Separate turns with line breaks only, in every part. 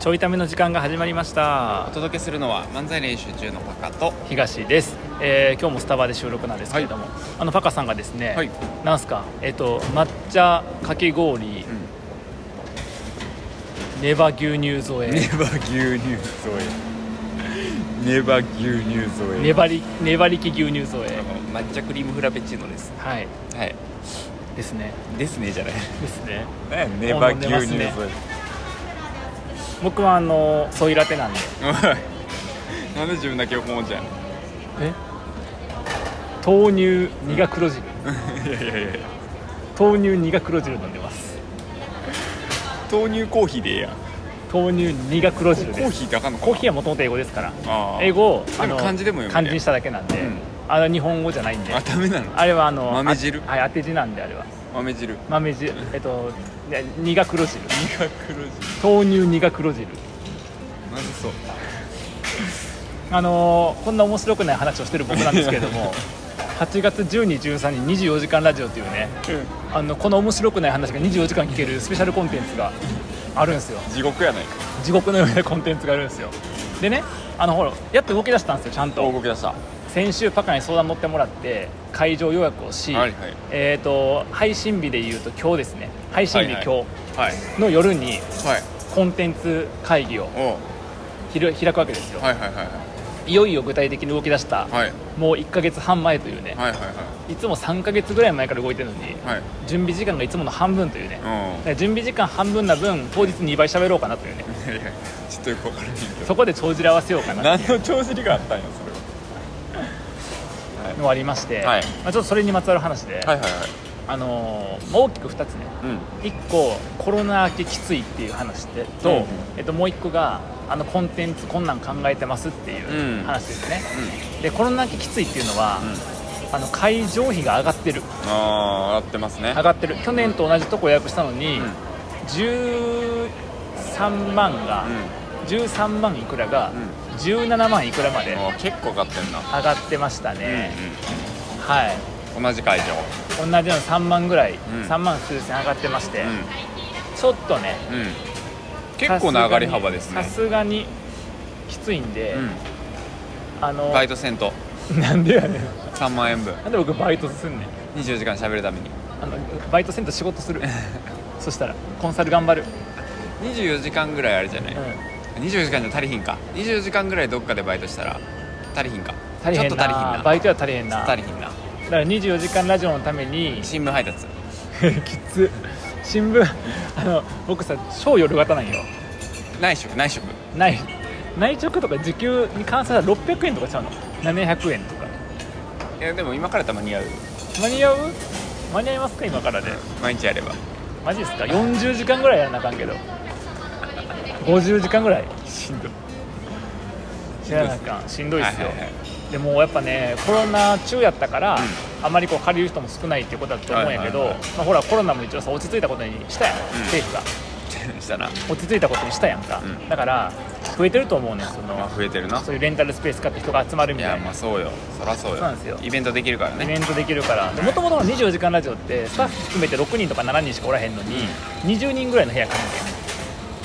ちょいための時間が始まりました
お届けするのは漫才練習中のパカと
東です、えー今日もスタバで収録なんですけれども、あのパカさんがですね、
はい
なんすかえっ、と抹茶かき氷、ネバ牛乳添え
バ牛乳添えネバ牛乳添
粘り粘り気牛乳添え
抹茶クリームフラペチーノです
はい
はい
ですね
ですねじゃない
ですね
ネ
バ牛乳添え僕はあのソイラテなんで
いなんで自分だけをこうじゃん
え豆乳苦黒汁
いやいやいや
豆乳苦黒汁飲んでます
豆乳コーヒーでええやん
豆乳苦黒汁
コー
です
ヒーってあかんのかな
コーヒーはもともと英語ですから
あー
英語を
でも漢字でも読める
漢字にしただけなんで、
うん
あれ日本語じゃないんで
あダメなの
あれはあの
豆汁
あはい当て字なんであれは
豆汁
豆汁えっといや苦黒汁
苦黒汁
豆乳苦黒汁
まずそう
あのーこんな面白くない話をしてる僕なんですけれど も8月12、13日24時間ラジオというねあのこの面白くない話が24時間聞けるスペシャルコンテンツがあるんですよ
地獄やないか
地獄のようなコンテンツがあるんですよでねあのほらやっと動き出したんですよちゃん
大
と
動き出した
先週パカに相談乗ってもらって会場予約をし、
はいはい
えっ、と配信日でいうと今日ですね配信日
はいはい
今
はい
日の夜に
はい
コンテンツ会議を
おう
ひろ開くわけですよ、
はいはいはい
い、よいよ具体的に動き出した、
はい
もう1ヶ月半前というね、
はいはいはい
い、つも3ヶ月ぐらい前から動いてるのに、
はい
準備時間がいつもの半分というね、
うん
で準備時間半分な分当日2倍喋ろうかなというね
いやいやちょっとよくわからないけど
そこで帳尻合わせようかなっ
何
ていう
の帳尻があったんや
のがありまして、
はい
まあ、ちょっとそれにまつわる話で、
それははいはいはい
あのーまあ大きく2つね
うん
1個コロナ明けきついっていう話でと,、
うんうん
えっともう1個があのコンテンツこんなん考えてますっていう
うん
話ですね、でコロナ明けきついっていうのは、
うん
あの会場費が上がってる
ああ上がってますね
上がってる去年と同じとこ予約したのに、
うん
13万が、
う
13万いくらが、
う
17万いくらまで
んあー結構上がってんな
上がってましたね、
う
はい
んうん同じ会場
同じような3万ぐらい、
ん
3万数千上がってまして、
う
ちょっとね
んうん結構な上がり幅です
さ
ね
すがにきついんで、
うん
あの
バイトせんと
なんでやねん
3万円分
なんで僕バイトすんねん
24時間喋るために
あのバイトせんと仕事 するそしたらコンサル頑張る、
24時間ぐらいあれじゃない
うん、
24時間じゃ足りひんか24時間ぐらいどっかでバイトしたら足りひんか
足りへんな
ちょっと足りひんな
バイトは足りへんな
足りひんな
だから24時間ラジオのために
新聞配達
きつ新聞あの僕さ超夜型なんよ
内職内職
ない内直とか時給に換算したら600円とかちゃうの700円とか
いやでも今からたまにやる
間に合う間に合いますか今からで
毎日やれば
マジですか40時間ぐらいやらなあかんけど50時間ぐらい
しんどい
やらなあかんしんどいっすよ、
はいはいはい
でもうやっぱねコロナ中やったから、あまりこう借りる人も少ないっていうことだと思うんやけど、
はいはいは
まあ、ほらコロナも一応さ落ち着いたことにしたやん、政府が
したな
落ち着いたことにしたやんか、
うん
だから増えてると思うねんその
まあ増えてるな
そういうレンタルスペース買って人が集まる
い
みた
や
い
ま
な
あそうよそらそうよ
そうなんですよ
イベントできるから
イ
ね
ベントできるからもともとの24時間ラジオってスタッフ含めて6人とか7人しかおらへんのに、20人ぐらいの部屋借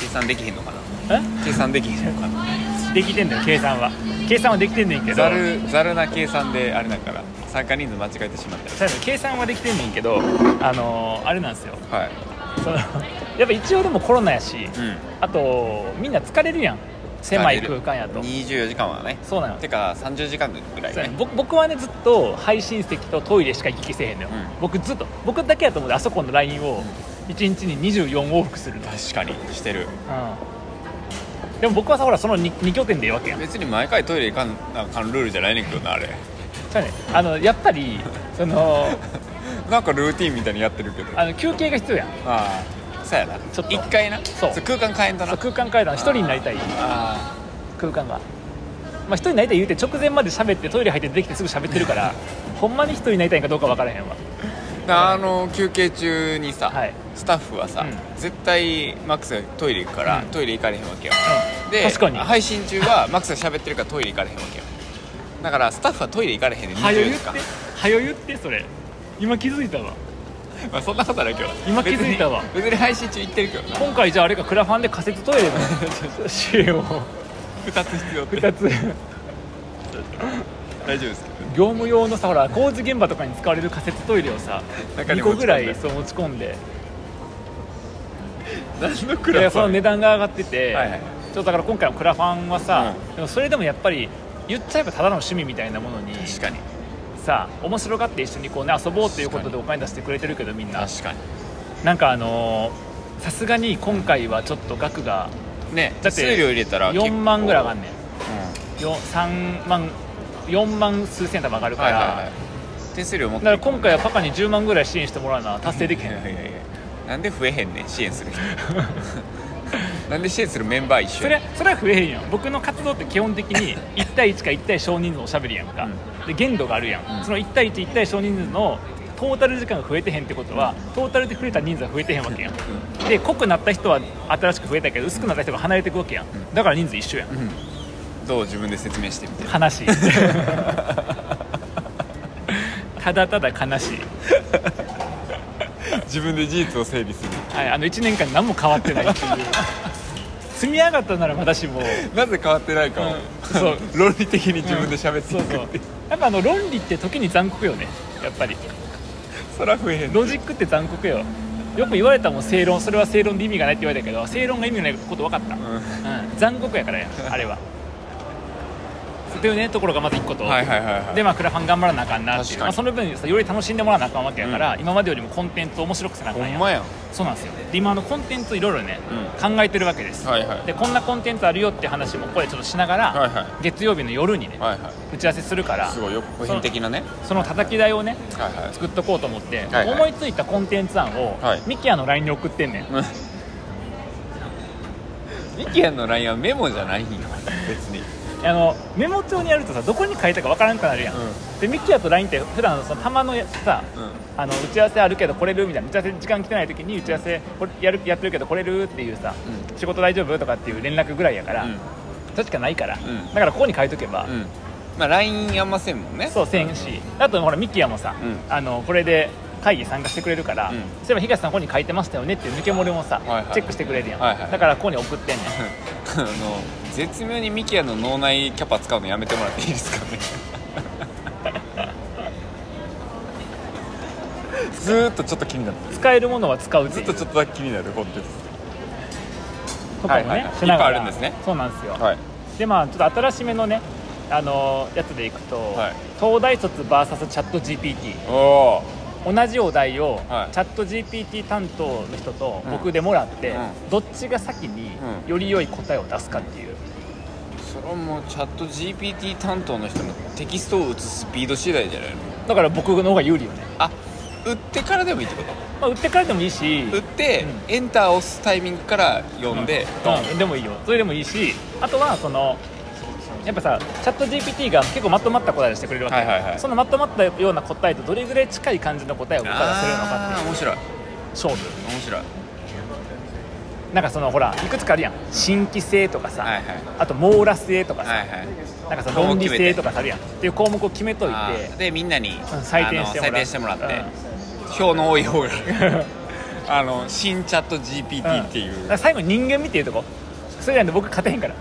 計算できひんのかな
りてんねん
計算できひんのかな
えできてんだよ計算は計算はできてんねんけど
ざるざるな計算であれだから参加人数間違えてしまっ
そうやねん計算はできてんねんけどあのーあれなんですよ
たはい
その やっぱ一応でもコロナやし、
うん
あとみんな疲れるやん狭い空間やと
24時間はね
そうなの
てか30時間ぐらい
そうやね
ね
僕僕はねずっと配信席とトイレしか行き来せえへんのよ、
うん
僕ずっと僕だけやと思うであそこの LINE を1日に24往復するの、
確かにしてる
うん、でも僕はさほらその 2, 二拠点でいいわけやん
別に毎回トイレ行かんあかんルールじゃないねんけどなあれ
そうやねあのやっぱりその
なんかルーティンみたいにやってるけどあ
あの休憩が必要やん
あそうやな
ちょっと
一回な
そう
空間変えんと
そ
な
う空間階段一人になりたい
あ
空間が、まあ、一人になりたい言うて直前まで喋ってトイレ入って出てきてすぐ喋ってるから ほんまに一人になりたいんかどうか分からへんわ
ーあの休憩中にさ、
はい
スタッフはさ、
う
絶対マックスがトイレ行くから、
うん
トイレ行かれへんわけよ、
うん
で
確かに
配信 中はマックスが喋ってるからトイレ行かれへんわけよだからスタッフはトイレ行かれへんねん
はよ
24
言
時
って
間
はよ言ってそれ今気づいたわ
まあそんなことはないけど
今気づいたわ
別に別に配信中言ってるけどな
今回じゃああれかクラファンで仮設トイレ の CM を
2つ必要って
2つ
大丈夫ですけ
業務用のさほら工事現場とかに使われる仮設トイレをさ
中に
2
持ち込んで
個ぐらいそう持ち込んで
ど何のク
で
ラ
その
ブ
値段が上がってて、
はいはい
ちょっとだから今回のクラファンはさ、
う
でもそれでもやっぱり言っちゃえばただの趣味みたいなものに
確かに
さ面白がって一緒にこう、ね、遊ぼうということでお金出してくれてるけどみんな
確か
なんかあのーさすがに今回はちょっと額が
にね
だって
数量入れたら
4万ぐらい上がん
ね
ねんよ3万4万数千玉上がる
うん
か
はい
ら、
はいはい手数料持っ
だ
て
から今回はパパに10万ぐらい支援してもらうな達成できへん
いやいやいやなんで増えへんねん支援 する人なんで支援するメンバー一緒
それそれは増えへんやん僕の活動って基本的 に1対1か1対少人数のおしゃべりやんか、
う
で限度があるやん、
うん
その1対11対少人数のトータル時間が増えてへんってことはトータルで増えた人数は増えてへんわけやんで濃くなった人は新しく増えたけど薄くなった人が離れていくわけやん
ん
だから人数一緒やん
うんどう自分で説明してみて
悲 しいただただ悲しい、
自分で事実を整理する
はい、あの1年間何も変わってないっていう積み上がったなら私も
なぜ変わってないかを、
うんそう
論理的に自分で喋ってい
そう
くって、
そうやっぱあの論理って時に残酷よねやっぱり
そら増えへん
ロジックって残酷よよく言われたもん正論それは正論で意味がないって言われたけど正論が意味がないこと分かった、うん残酷やからやあれはというねところがまず1個と、
はいはいはいはい
でまあクラファン頑張らなあかんなっていう、
確かに
まあ、その分さより楽しんでもらわなあかんわけやから、今までよりもコンテンツを面白くせなあか
ほ
んや
ん
ん
まやん
そうなんですよで今あのコンテンツいろいろね、考えてるわけです、
はいはい
でこんなコンテンツあるよって話もここでちょっとしながら、
はいはい
月曜日の夜にね、
はいは
打ち合わせするから
いすごいよ普遍的なね
その叩き台をね
はいはい
作っとこうと思って、
はいはい
思いついたコンテンツ案を、
はい
ミキアの LINE に送ってんねん
ミキアンの LINE はメモじゃないんよ別に
あのメモ帳にやるとさどこに書いたかわからんくなるやん、
う
でミキアと LINE って普段そのたまのやさ、
う
あの打ち合わせあるけど来れるみたいな打ち合わせ時間来てない時に打ち合わせこれやるやってるけど来れるっていうさ、
う
仕事大丈夫とかっていう連絡ぐらいやから、
うん
それしかないから、
ん
だからここに書いとけば、
うんまあ LINE あんませんもんね
そうせんしあとほらミキアもさ、
う
あのこれで会議参加してくれるから、
うん
そういえば東さんここに書いてましたよねっていう抜け漏れもさ、
はいはい
チェックしてくれるやん、
はいはい
だからここに送ってんねん
あの絶妙にミキアの脳内キャパ使うのやめてもらっていいですかね ずーっとちょっと気になってる
使えるものは使うって
ず
い
っ
う
とちょっとだけ気になる本当です
とかもね、
はいはいはい
しなが
いっぱいあ
ら
るんですね
そうなんですよ、
はい
でまあちょっと新しめのねあのやつでいくと、
はい
東大卒 VS チャット GPT
おお
同じお題を、
はい
チャット GPT 担当の人と
うん
僕でもらって、
う
どっちが先に
うん
より良い答えを出すかっていう、
それはもうチャット GPT 担当の人のテキストを打つスピード次第じゃないの
だから僕の方が有利よね、
あ打ってからでもいいってこ
まあ、売ってからでもいいし
と打って、
う
エンターを押すタイミングから読んで、ドン
うん、でもいいよそれでもいいしあとはそのやっぱさチャット GPT が結構まとまった答えをしてくれるわけ、
はいはいはい
そのまとまったような答えとどれぐらい近い感じの答えを僕からするのかって
あ
いう
ー面白い
勝負
面白い
なんかそのほらいくつかあるやん新規性とかさ、
はいはい
あと網羅性とかさ、
はいはい
なんかさ
項目
論理
決め
性
て
とかさあるやんっていう項目を決めといて
あーでみんなに
うん採点してもらう
あの採点してもらって、票の多い方が あの新チャット
うん
GPT っていう、
だから最後に人間見ていうとこそれなんで僕勝てへんから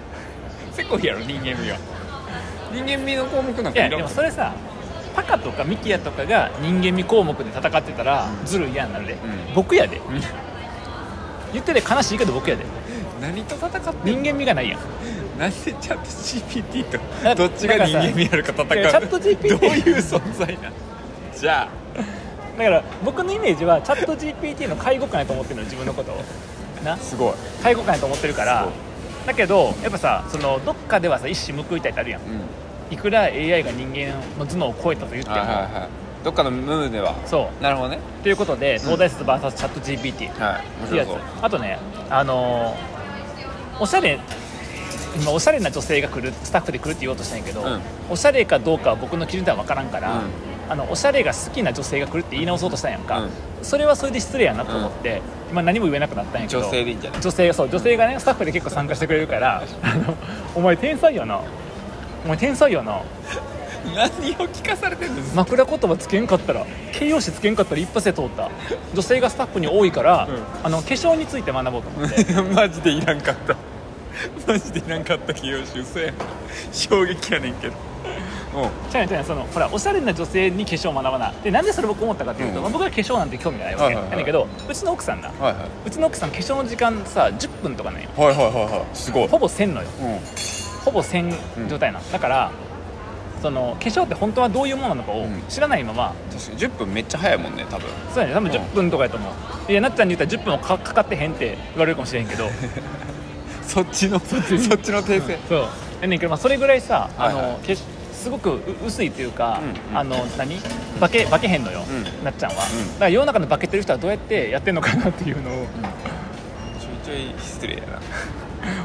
せこいやろ人間味は人間味の項目なん
い
か
や
いら
で
ん
もそれさパカとかミキヤとかが人間味項目で戦ってたら、ずるいやんなるで、
ん
僕やで、
ん
言ってて悲しいけど僕やで
何と戦ってん
人間
の
味がないやん
なんでチャット GPT
だ
とどっちが人間味あるか戦う
いやチャット GPT
どういう存在なのじゃ
だから僕のイメージはチャット GPT の介護官やと思ってるの自分のことをな
あすごい
介護官やと思ってるから
そう
だけどやっぱさそのどっかではさ一矢報いたいってあるやん
うん
いくら AI が人間の頭脳を超えたと言っても、
はいはいはいどっかのムーブでは
そ
なるほどね
うということで東大卒 VS チャット GPT
は
っ
い面
て
白
やつ
そう
あとねあのーおしゃれ今おしゃれな女性が来るスタッフで来るって言おうとしたんやけど、
うん
おしゃれかどうかは僕の基準では分からんから、
うん
あのおしゃれが好きな女性が来るって言い直そうとしたんやんか、
うん
それはそれで失礼やなと思って、今何も言えなくなったんやけど
女性でいいんじゃない
女性そう女性がねスタッフで 結構参加してくれるから「あのお前天才よなお前天才よな
何を聞かされてるんです
枕言葉つけんかったら形容詞つけんかったら一発で通った女性がスタッフに多いから、
う
あの化粧について学ぼうと思って
マジでいらんかったマジでいらんかった形容詞うやん衝撃やねんけどおう
違う違うそのほらおしゃれな女性に化粧を学ばなでなんでそれ僕思ったかっていうと、
うん
まあ僕は化粧なんて興味がないわけ、
はいはいはい
なんだけどうちの奥さんな
はいはいう
ちの奥さん化粧の時間さ10分とかなんよ
はいはいはいはいすごい
ほぼせんのよ
うん
ほぼせん状態なの、だからその化粧って本当はどういうものなのかを
うん
知らないまま、
確かに10分めっちゃ早いもんね多分
そうやね多分
うん
10分とかやと思う、いやなっちゃんに言ったら10分をかかかってへんって言われるかもしれんけど
そっちのそっちの訂正
そうやねんけど、まあ、それぐらいさあの、
はいはい
けすごくう薄いっていうか、
うんうん
あの何化け化けへんのよ、
うん
なっちゃんは、
うん
だから世の中の化けてる人はどうやってやってんのかなっていうのを
ちょいちょい失礼や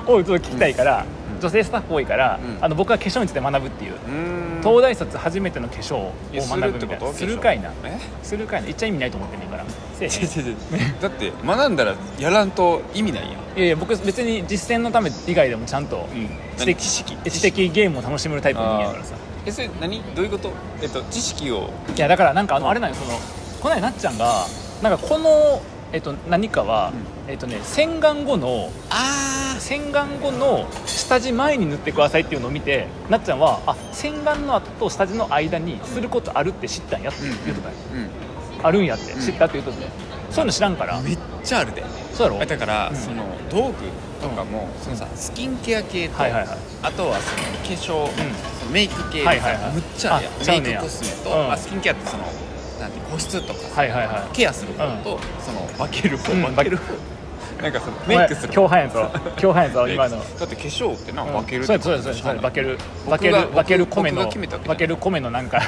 な
をちょっと聞きたいから、
うん
女性スタッフ多いから、
うん
あの僕は化粧について学ぶっていう、
うん
東大卒初めての化粧を
いやす
学
る
ぶ
って
みた
こ
いな
と
するかいな
え
するかいな言っちゃ意味ないと思ってんねんからせえへん
違う違う違うだって学んだらやらんと意味ないやん
いやいや僕別に実践のため以外でもちゃんと知
何
的
知識
知的ゲームを楽しめるタイプの人間だからさ
えそれ何どういうことえっと知識を
いやだからなんかあのあれなんよそのこの間なっちゃんがなんかこの、えっと、何かは、えっとね洗顔後の
あ
洗顔後の下地前に塗ってくださいっていうのを見てなっちゃんはあ洗顔の後と下地の間にすることあるって知ったんやって
うん
言うとかね
う
あるんやって
うん
知ったって言うとってそういうの知らんから
んめっちゃあるで
そうやろ
あだから、
うん
その道具とかも、そのさスキンケア系と、
はいはいはい
あとはその化粧、そのメイク系
は
で
いはいは
さ
い
むっちゃあるやん
あちゃうね
メイ
や
クコスメと、
うん
あスキンケアってそのなんていうの保湿とかさ
はいはいはい
ケアする方と、その分ける方、
うん
分ける方 なんかその
お前
メイクする
共犯やぞ共犯やぞ今の
だって化粧ってな、
うん
分ける
そうやそうやそうやそうや化ける化ける
が
化ける米
僕
の
が決めたわけじゃな
化
い
ける米のなんか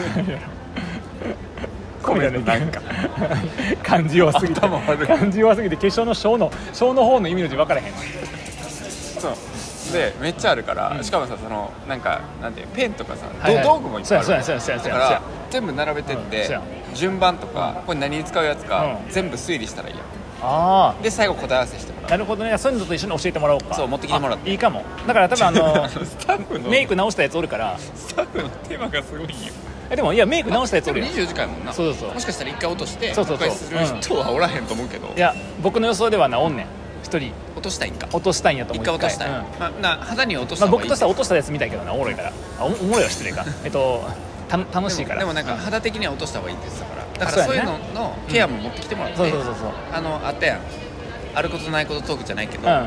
米のなんか
漢字弱すぎて
頭悪い
漢字弱すぎて化粧の小の小の方の意味の字分からへん
そうでめっちゃあるから、
うん
しかもさそのなんかなんていうペンとかさ、
はいはい
ど道具もいっぱいある
そうやそうやそうやそう
だ
や
から全部並べてっ
うん
て、
そうや
順番とか、これ何に使うやつか、
うん
全部推理したらいいや
あ
んで最後答え合わせしても
あ
ら
な
う
るほどねそういうのと一緒に教えてもらおうか
そう持ってきてもらって
あいいかもだから多分あ の
スタッフの
メイク直したやつおるから
スタッフのテーマがすごいんよ
えでもいやメイク直したやつ
で
お
も
るやん
24時間やもんな
そうそうそう
もしかしたら一回落として
そうそうそう
後悔する人はおらへんと思うけど、
いや僕の予想ではなおんねん一人
落としたいんか
落としたいんやと
一
思う
回落としたい、
うん
まあ、な肌に落とし
ま
た
あ、
方がい
僕
い
としては落としたやつみたいけどなおもろいからあおもおもろいは失 礼かえっとた楽しいから
でもでもなん
う
か肌的には落とした方がいいって言ってたからだ
あ
か
そう
ら
や
そういう
ね
ののケアも持ってきてもらって、
そうそうそうそう
あのあったやんあることないことトークじゃないけど、
うんあ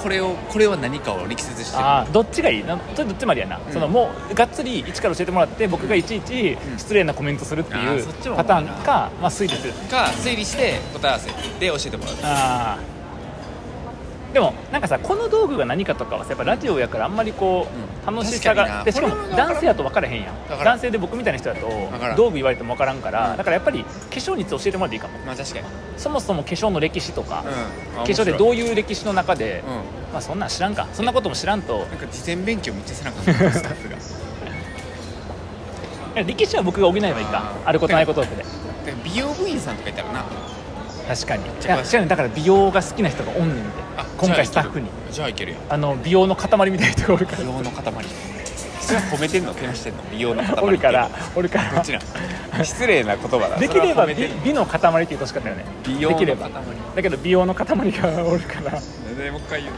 これをこれは何かを力説してる
あーどっちがいいなそれどっちまでやな、
ん
そのもうがっつり一から教えてもらって僕がいちいち
ん
失礼なコメントするって
あ
い
ー
う
そっちも
パターンか、まあ、推理する
か推理して答え合わせで教えてもらう
ああでもなんかさこの道具が何かとかはさやっぱラジオやからあんまりこう、
うん
楽しさ
確かに
が
な
でしかも
これは分からん
男性やと分からへんやん
からん
男性で僕みたいな人だと
からん
道具言われても分からんから、
うん
だからやっぱり化粧について教えてもらっていいかも
まあ確かに、うん、
そもそも化粧の歴史とか、化
あ
粧で
面白い
どういう歴史の中で、
うん
まあそんなん知らんかそんなことも知らんと
なんか事前勉強めっちゃ せなかったスタッフが
歴史は僕が補えばいいか
あ
あることないことで
で美容部員さんとかいたらな
確かにい
じゃあ
や違うねだから美容が好きな人がおんねんで
あ
今回ス
じ
タ
ゃあいけ
ッ
る
フに
じゃあいけるよ
あの美容の塊みたいな人がおるか
美容 の塊それは褒めてんの提案してんの美容の塊って
らおるからおるか
ど
ら
っちなん失礼な言葉だ
できれば
そは褒め
美
てんの
美の塊って言ってほしかったよね
美容
でき
の塊
ればだけど美容の塊がおるから
でもう一回言う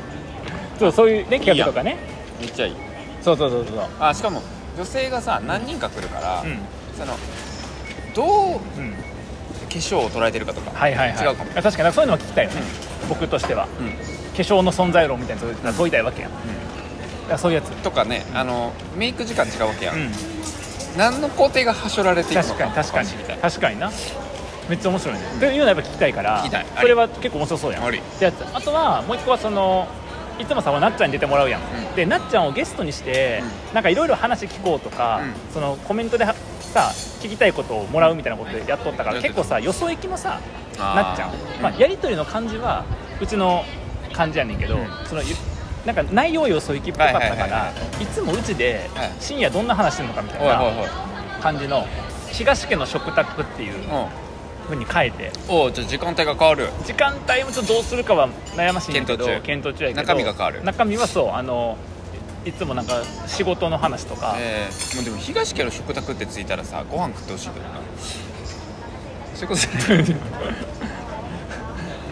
そうそういうね企画とかね
めっちゃいい
そうそうそうそうそう
あしかも女性がさ何人か来るから、
うん
そのどう化
うん
粧を捉えてるかとか、
はいはいはい
違うかも
いや確かにそういうのは聞きたいよね僕としては
うん、
化粧の存在論みたいなの問いたいわけやん、いやそういうやつ
とかねあのメイク時間違うわけやん、
うん
何の工程がはしょられていくの
確か
か
に確かに
知りたい
確かになめっちゃ面白いねっていうのはやっぱ聞きたいから
聞きたいあり
それは結構面白そうやん
あり
であとあとはもう一個はそのいつもさはなっちゃんに出てもらうやん、
ん
でなっちゃんをゲストにして、なんかいろいろ話聞こうとか、
う
そのコメントではさ聞きたいことをもらうみたいなことやっとったから、
うん
結構さよそ行きのさ
あー
なっちゃん、まあ、やり取りの感じはうちの感じやねんけど、
うん
そのゆなんか内容よそ行きっぽかったから、
はい
い
はいはいはい
つもうちで
はい
深夜どんな話してるのかみたい
おい
な、
おい
感じの東家の食卓っていう
おい
ふうに変えて
うんおうじゃあ時間帯が変わる
時間帯もちょっとどうするかは悩ましいんだけど
検討中
検討中やけど
中身が変わる
中身はそうあのいつもなんか仕事の話とか、
ええもうでも東家の食卓ってついたらさご飯食ってほしいけどなそういうことじゃない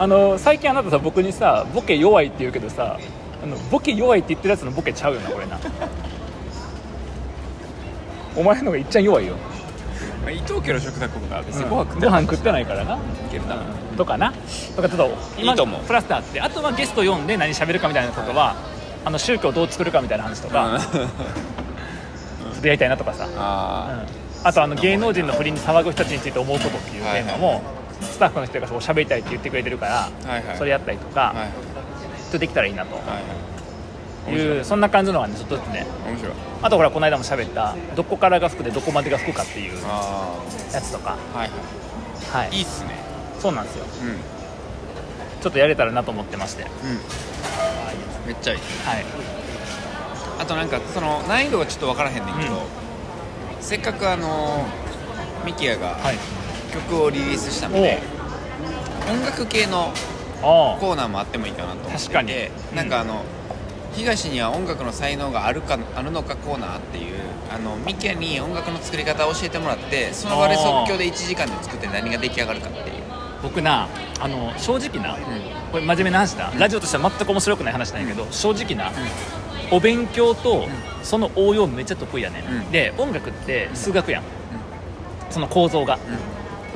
あの最近あなたさ僕にさボケ弱いって言うけどさあのボケ弱いって言ってるやつのボケちゃうよなこれ なお前のがいっちゃん弱いよ
まあ伊藤家の食卓もな別に
ご
ご
飯食っ
飯食ってて
ご飯食ってないからな
ないけどな
とかなとかちょっと
いいと思う
プラスであってあとはゲスト読んで何喋るかみたいなことは、あの宗教どう作るかみたいな話とか、
まあ
ちょっとやりたいなとかさ、
あ
あとあの芸能人の不倫に騒ぐ人たちについて思うことっていうテーマも、スタッフの人がそう喋りたいって言ってくれてるから、
あはいはい
それやったりとか、
はいはい
ちょっとできたらいいなと
はい面
い
白
うそんな感じのがねちょっとずつね
い面白い
あとほらこの間も喋ったどこからが服でどこまでが服かっていう
あ
やつとか、
あはいは
はい
いいいっすね
そうなんですよ
うん
ちょっとやれたらなと思ってまして、は
うんめっちゃいい
い、
あとなんかその難易度がちょっと分からへんねんけど、
う
せっかくあのーミキヤが
はい、
曲をリリースしたの
お
で、
う
音楽系の
あ
コーナーもあってもいいかなと思って
確かに
て
うん
なんかあの、東には音楽の才能があるかあるのかコーナーっていうあのミキヤに音楽の作り方を教えてもらってその場で即興で1時間で作って何が出来上がるかっていう、
あ僕なあの正直な、
うん
これ真面目な話だ、ラジオとしては全く面白くない話なんやけど、正直な、お勉強と
ん
その応用めっちゃ得意やね、
うん
ん、で音楽って数学やん、その構造が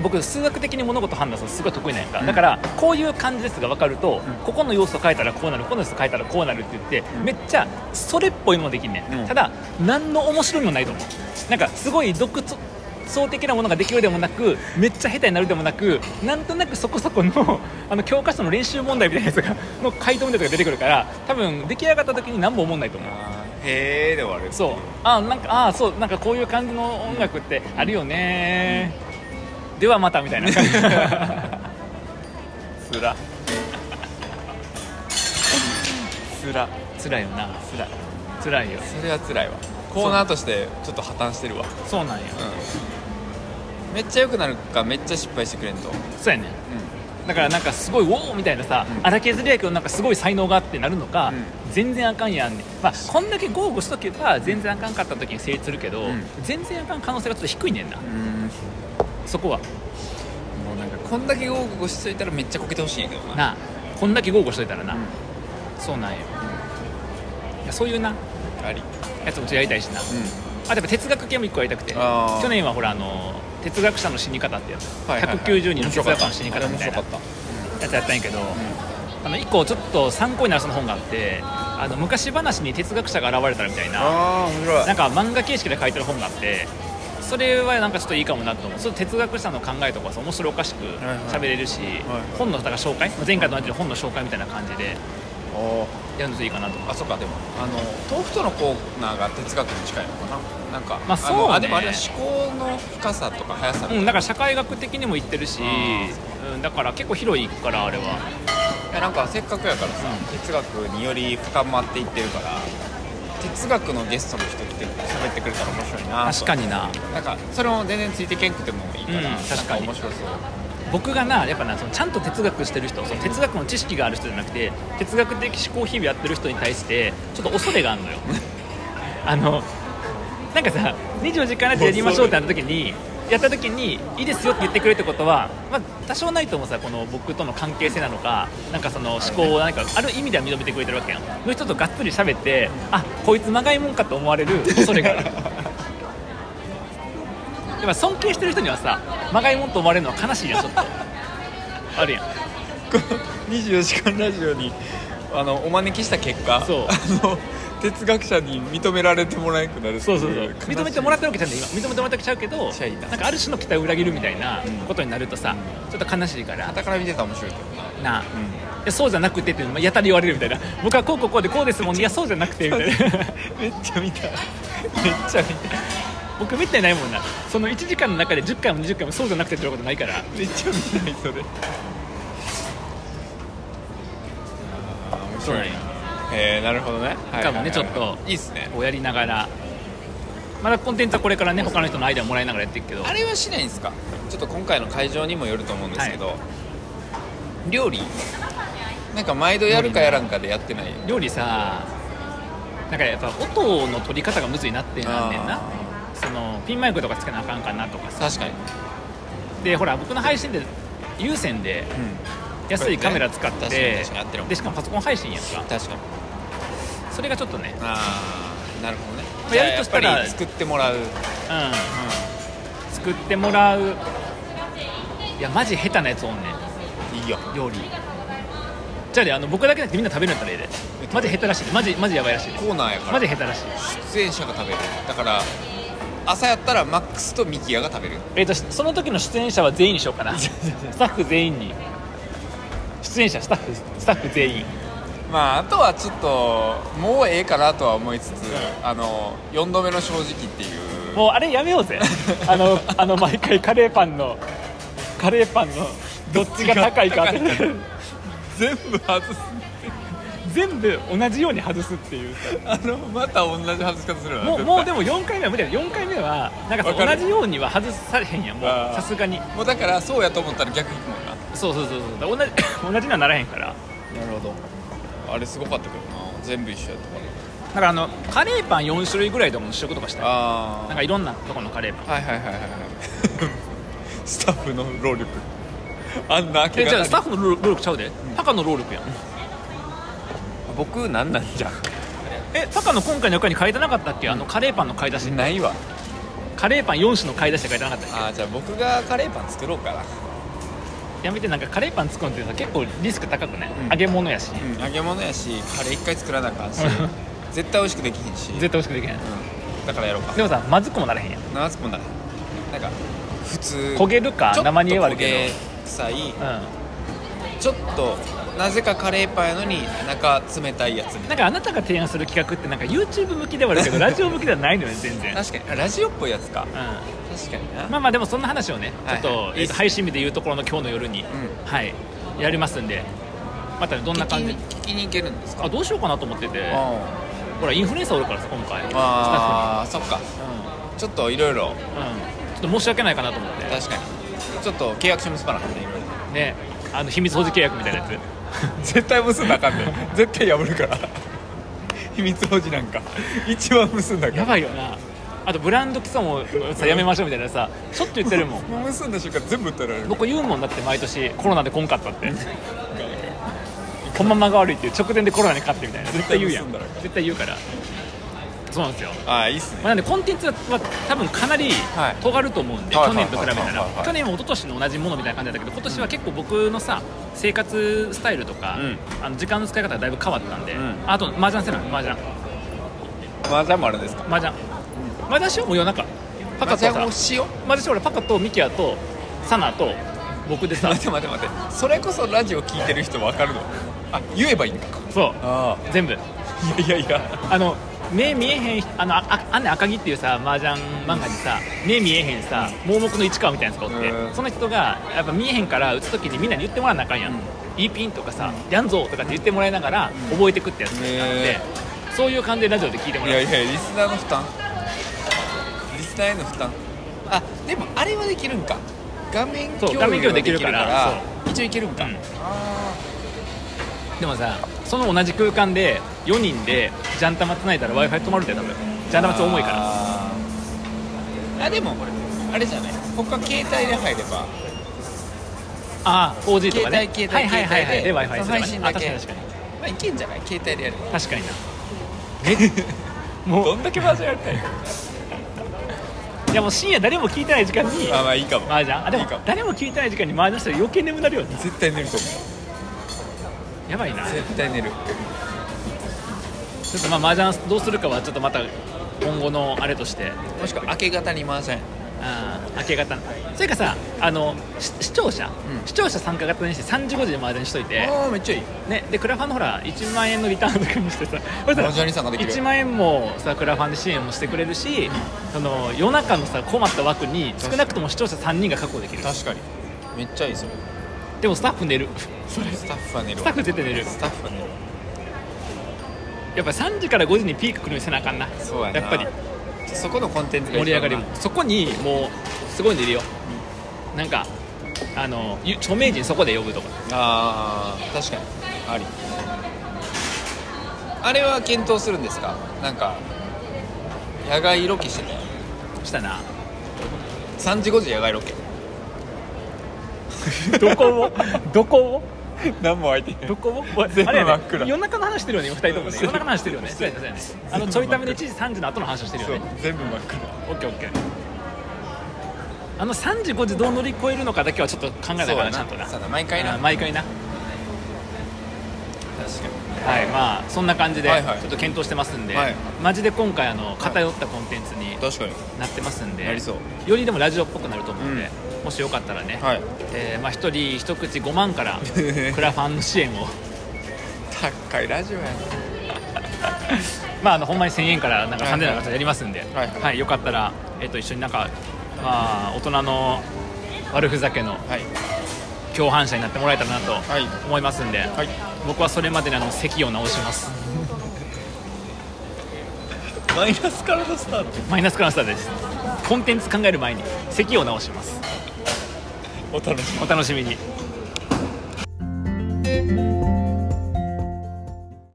僕数学的に物事判断するのすごい得意なんやんか、
うん
だからこういう感じですが分かると、
うん
ここの要素変えたらこうなるここの要素変えたらこうなるって言って、
うん
めっちゃそれっぽいものできんねん、
うん
ただ何の面白みもないと思うなんかすごい独創的なものができるでもなくめっちゃ下手になるでもなくなんとなくそこそこの あの教科書の練習問題みたいなやつがの回答みたいなやつが出てくるから多分出来上がった時に何も思んないと思う
あーへえで終わる
そうあなんかあそうなんかこういう感じの音楽ってあるよね、ではまたみ たいな感じつら
つら
つらいよなつらいつらいよ
それは辛いわコーナーとしてちょっと破綻してるわ
そうなんや
うんめっちゃ良くなるかめっちゃ失敗してくれんと
そうやねだからなんかすごい「おお!」みたいなさ、
うん
荒削りやけどなんかすごい才能があってなるのか、
うん
全然あかんやんね、まあ、こんだけ豪語しとけば全然あかんかった時に成立するけど、
うん
全然あかん可能性がちょっと低いねんな、
うん
そこは
もうなんかこんだけ豪語しといたらめっちゃこけてほしいんやけどな
なあこんだけ豪語しといたらな、
うん
そうなんよ、いやそういうな
あり
やつもちょっとやりたいしな、
う
あとやっぱ哲学系も一個やりたくて
あー
去年はほらあの哲学者の死に方ってやつ、
んはいはいはい
190人の哲学者の死に方み
面
たい
白
な
か
や
った
つやったんやけど、あの一個ちょっと参考になるその本があってあの昔話に哲学者が現れたみたいな
ああ面白い
なんか漫画形式で書いてる本があってそれはなんかちょっといいかもなと思うそれ哲学者の考えとかさ面白おかしく
はいはい
喋れるし、
はい
本のだから紹介前回と同じように本の紹介みたいな感じで
おー
やるといいかなと思う
あそっかでもあの豆腐とのコーナーが哲学に近いのかななんか
まあそうね
のあでもあれは思考の深さとか速さみたいな
うん、だから社会学的にも言ってるし、うん、だから結構広いからあれは
えなんかせっかくやからさ、哲学により深まっていってるから哲学のゲストの人来て喋ってくれたら面白いなと
確かにな
なんかそれも全然ついてけんくてもいいから、
うん
なん
確かに
面白そう
僕がなやっぱなそのちゃんと哲学してる人その哲学の知識がある人じゃなくて哲学的思考を日々やってる人に対してちょっと恐れがあるのよあのなんかさ24時間ラジオやりましょうってなった時にやった時にいいですよって言ってくれるってことは、まあ、多少ないともさこの僕との関係性なのかなんかその思考をなんかある意味では認めてくれてるわけやんの人とがっつり喋ってあこいつまがいもんかと思われる恐れがあるやっぱ尊敬してる人にはさまがいもんと思われるのは悲しいやんちょっとあるやん
24時間ラジオにあのお招きした結果
そう
あの哲学者に認められてもらえなくなる
そうそうそう
悲しい
認めてもらったわけじゃない今認めてもらったわけちゃうけど
めっちゃいいな
なんかある種の期待を裏切るみたいなことになるとさ、ちょっと悲しいから
傍から見てたら面白いけどな
なあ、
うん
いやそうじゃなくてってやたら言われるみたいな僕はこうこうこうでこうですもんいやそうじゃなくてみたいな
めっちゃ見たいめっちゃ見たい
僕見てないもんなその1時間の中で10回も20回もそうじゃなくてってことないから
めっちゃ見たいそれあー面白いな
そう
へえなるほどねは
し
い
かもねちょっと
いいっすね
こうやりながらまだコンテンツはこれからね他の人のアイデアもらいながらやっていくけど
あれはしないんですかちょっと今回の会場にもよると思うんですけど、料理なんか毎度やるかやらんかでやってない
料理さなんかやっぱ音の取り方がむずいなってなんねんな
あ
そのピンマイクとかつけなあかんかなとかさ
確かに、
でほら僕の配信で有線で安いカメラ使って、
確かに確かに合ってるもん
でしかもパソコン配信やんか
確かに
それがちょっとね
ああなるほどね
まあやるとしたら
じゃあやっぱり作ってもらう、うん、
うん作ってもらういやマジ下手なやつおんねん
いいよ
料理じゃあねあの僕だけじゃなくてみんな食べるんやったらええでマジ下手らしいでマジマジやばいらしいで
コーナーやから
マジ下手らしい
出演者が食べるだから朝やったらマックスとミキヤが食べる
えー、とその時の出演者は全員にしようかなスタッフ全員に出演者スタッフスタッフ全員
まああとはちょっともうええかなとは思いつつ、あの4度目の正直っていう
もうあれやめようぜあのあの毎回カレーパンのカレーパンのどっちが高いか当てる
全部外す
全部同じように外すっていうさ
あのまた同じ外し方するわ
もう
絶対
もうでも4回目は無理だ4回目はなんか
わか
さ
る
同じようには外されへんやんもう
あー
さすがに
もうだからそうやと思ったら逆行くもんな
そうそうそうそうだから同じ 同じにはならへんから
なるほどあれすごかったけどな全部一緒やったから
だからあのカレーパン4種類ぐらいでも試食とかしたい
あ
なんかいろんなとこのカレーパン
はいはいはいはいはいスタッフの労力あんな明
え
け
じゃあ
方
スタッフの労力ちゃうで、タカの労力やん
僕なんなんじゃ
えタカの今回の役に書いてなかったっけあのカレーパンの買い出し
ないわ
カレーパン4種の買い出しで書いてなかったっ
あーじゃあ僕がカレーパン作ろうかな、
けやめてなんかカレーパン作るってさ結構リスク高くない、
うん
揚げ物やし、
うん、揚げ物やしカレー一回作らなあかんし絶対美味しくできへんし、う
絶
ん、
対美味しくできない
だからやろうか
でもさまずくもならへんやん
なつこんだねなんか普通
焦げるか
ちょっと
生にえはあるけど
焦げ臭い
うん
ちょっとなぜかカレーパンやのに中冷たいやつみた
ないんかあなたが提案する企画ってなんか YouTube 向きではあ るけどラジオ向きではないのよね全然、う
な確かにラジオっぽいやつか
ん、ま
確かにな
あまあでもそんな話をねちょっと,、
はいはいいいっす
配信日で言うところの今日の夜に、
ん
はいやりますんでまたどんな感じ
聞きに聞きに行けるんですか
あどうしようかなと思ってて
あ
ほらインフルエンサーおるからさ今回スタッ
あーそっか
フに
ちょっといろいろ
うん、うん、ちょっと申し訳ないかなと思って
確かにちょっと契約書結ばなくていろいろ
ねあの秘密保持契約みたいなやつ
絶対結んだあかんねん絶対破るから秘密保持なんか一番結んだ
やばいよなあとブランド基礎もさやめましょうみたいなさしょっちゅう言ってるもん
もう結んだ瞬間全部取られ
僕言うもんだって毎年コロナでこんかったってこんままが悪いっていう直前でコロナに勝ってみたいな絶対言うやん
絶対結んだら
絶対言うからそうなんですよ
ああいいっす
まあなんでコンテンツは多分かなり
はい
尖ると思うんで、
はい
去年と比べた
はいはい
ら
はいはい
去年も一昨年の同じものみたいな感じだったけど今年は結構僕のさ生活スタイルとか、
う
あの時間の使い方がだいぶ変わったんで、
うん
あと麻雀せな麻雀
麻雀もあるんですか
麻雀麻雀しようもう夜中パカとさ
麻雀をしよう
麻雀しよう俺パカとミキヤとサナと僕でさ
待て待て待てそれこそラジオ聞いてる人分かるのあ言えばいいのか
そう
あ
全部
あいやいやいや
あの目見えへんあのあああんねん赤木っていうさ麻雀漫画にさ目見えへんさ盲目の市川みたいなやつがおって、
うん
その人がやっぱ見えへんから打つ時にみんなに言ってもらわなあかんやん、いいピンとかさ、やんぞとかって言ってもらいながら覚えてくってやつなので、
へ
そういう感じでラジオで聞いても
い
らう
やいやリスナーの負担リスナーへの負担あでもあれはできるんか画面
そう画面共有できるから
一応いけるんか、
うん
あ
でもさその同じ空間で4人でジャン玉つないだら w i f i 止まるって多分ジャン
あ
玉って重いから
あーあでもこれあれじゃない他携帯で入れば
ああ 4G とかね
携帯携帯
はいはいはいはいで
携
w i
帯
f i す
で配
れ
信
ばねあ
だけ
確かに確かに
まあいけんじゃない携帯でやれば
確かになえも
ど
うん
だけバージョンやりたい
いやもう深夜誰も聞いてない時間に
まあまあいいかも
麻雀あでも
いいかも
誰も聞いてない時間に麻雀したら余計眠なるよね
絶対寝ると思
やばいな
う
ち
絶対寝る
ょっとまあ麻雀どうするかはちょっとまた今後のあれとして
もしくは明け方に回せん
うん明け方それかさあのし視聴者、
うん
視聴者参加型にして3時5時で麻雀しといて
ああめっちゃいい
ね、でクラファンのほら1万円のリターンとかにしてさこれさ
マジョリーさんができる
1万円もさクラファンで支援もしてくれるし、その夜中のさ困った枠に少なくとも視聴者3人が確保できる
確かにめっちゃいいそれ
でもスタッフ寝るそれ
スタッフは寝る
ス
わ
タッフ絶対寝る
スタッフは寝るわ
やっぱり3時から5時にピーク来るようにせなあかんな
そうやな
っぱり
そこのコンテンツが
盛り上がりも
一
そこにもうすごいんでいるよ、なんかあのゆ著名人そこで呼ぶとか
番なあー確かにありあれは検討するんですかなんか野外ロケしてたよ
したな
3時5時野外ロケ
どこをどこを
何も空いて
どこをおい
全部
あれやね
真っ暗
夜中の話してるよね今二人ともね
そう
夜中の話してるよねそうやねそうやねあのちょいためで1時3時の後の話をしてるよね
全部真っ暗
オッケーオッケーあの3時5時どう乗り越えるのかだけはちょっと考えな
そう
が
だ
ら
な
ちゃんとな
そうだ毎回な
あ毎回な
確かに
はいまあそんな感じで
はいはい
ちょっと検討してますんで、
はい
マジで今回あの偏ったコンテンツに
確かに
なってますんで、
なりそう
よりでもラジオっぽくなると思うんで、もしよかったらね、
はい
えーまあ、一人一口5万 からクラファンの支援を、
高いラジオやな
まあ、あのほんまに1000円からなんか3000円の方やりますんで、
はいはい
よかったら、えっと一緒になんか、まあ、大人の悪ふざけの
はい
共犯者になってもらえたらなと
はい
思いますんで、
はい
僕はそれまでにあの席を直します
マイナスからのスタート
マイナスクラスターですコンテンツ考える前に席を直します
お楽しみ
お楽しみに